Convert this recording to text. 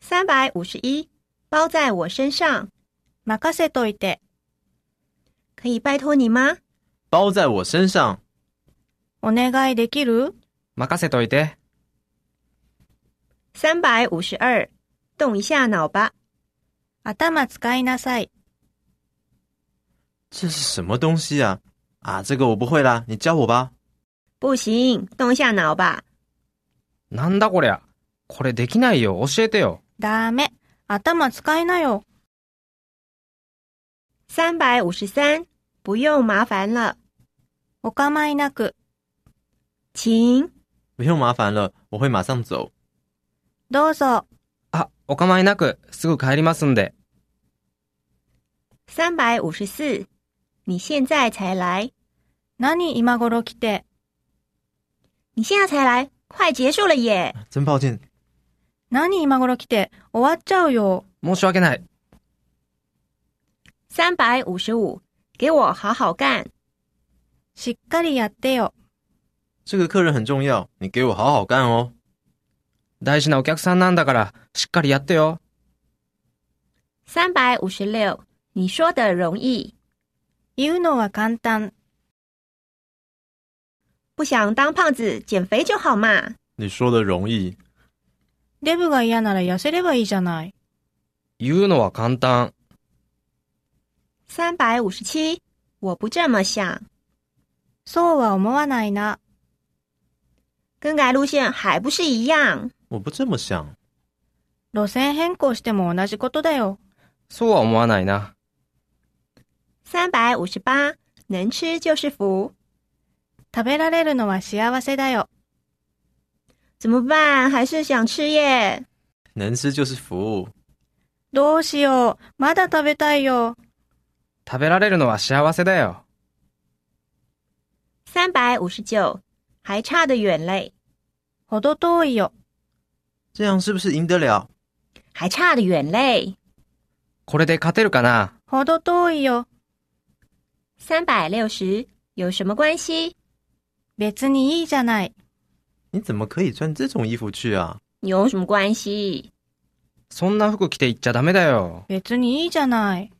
三百五十一，包在我身上，任せといて、可以拜托你吗？包在我身上，お願いできる任せといて、三百五十二，动一下脑吧，頭使いなさい。这是什么东西啊？啊，这个我不会啦，你教我吧。不行，动一下脑吧。なんだこりゃ。これできないよ、教えてよ。ダメ。頭使いなよ。三百五十三，不用麻烦了，お構いなく。请不用麻烦了，我会马上走。どうぞ。あ、お構いなく、すぐ帰りますんで。三百五十四。你现在才来，何今頃来て。你现在才来，快结束了耶！真抱歉，何今頃来て。終わっちゃうよ。申し訳ない。三百五十五，给我好好干，しっかりやってよ。这个客人很重要，你给我好好干哦。大事なお客さんなんだから、しっかりやってよ。三百五十六，你说的容易，言うのは簡単。不想当胖子，减肥就好嘛。你说的容易，デブが嫌なら痩せればいいじゃない。言うのは簡単。三百五十七，我不这么想，そうは思わないな。更改路线还不是一样？我不这么想。路線変更しても同じことだよ。そうは思わないな。三百五十八，能吃就是福，食べられるのは幸せだよ。怎么办？还是想吃耶。能吃就是福，どうしよう。まだ食べたいよ。食べられるのは幸せだよ。三百五十九，还差得远嘞，ほど遠いよ。这样是不是赢得了？还差得远嘞。これで勝てるかなほど遠いよ。三百六十，有什么关系？別にいいじゃない。你怎么可以穿这种衣服去啊？有什么关系？そんな服着て行っちゃダメだよ。別にいいじゃない。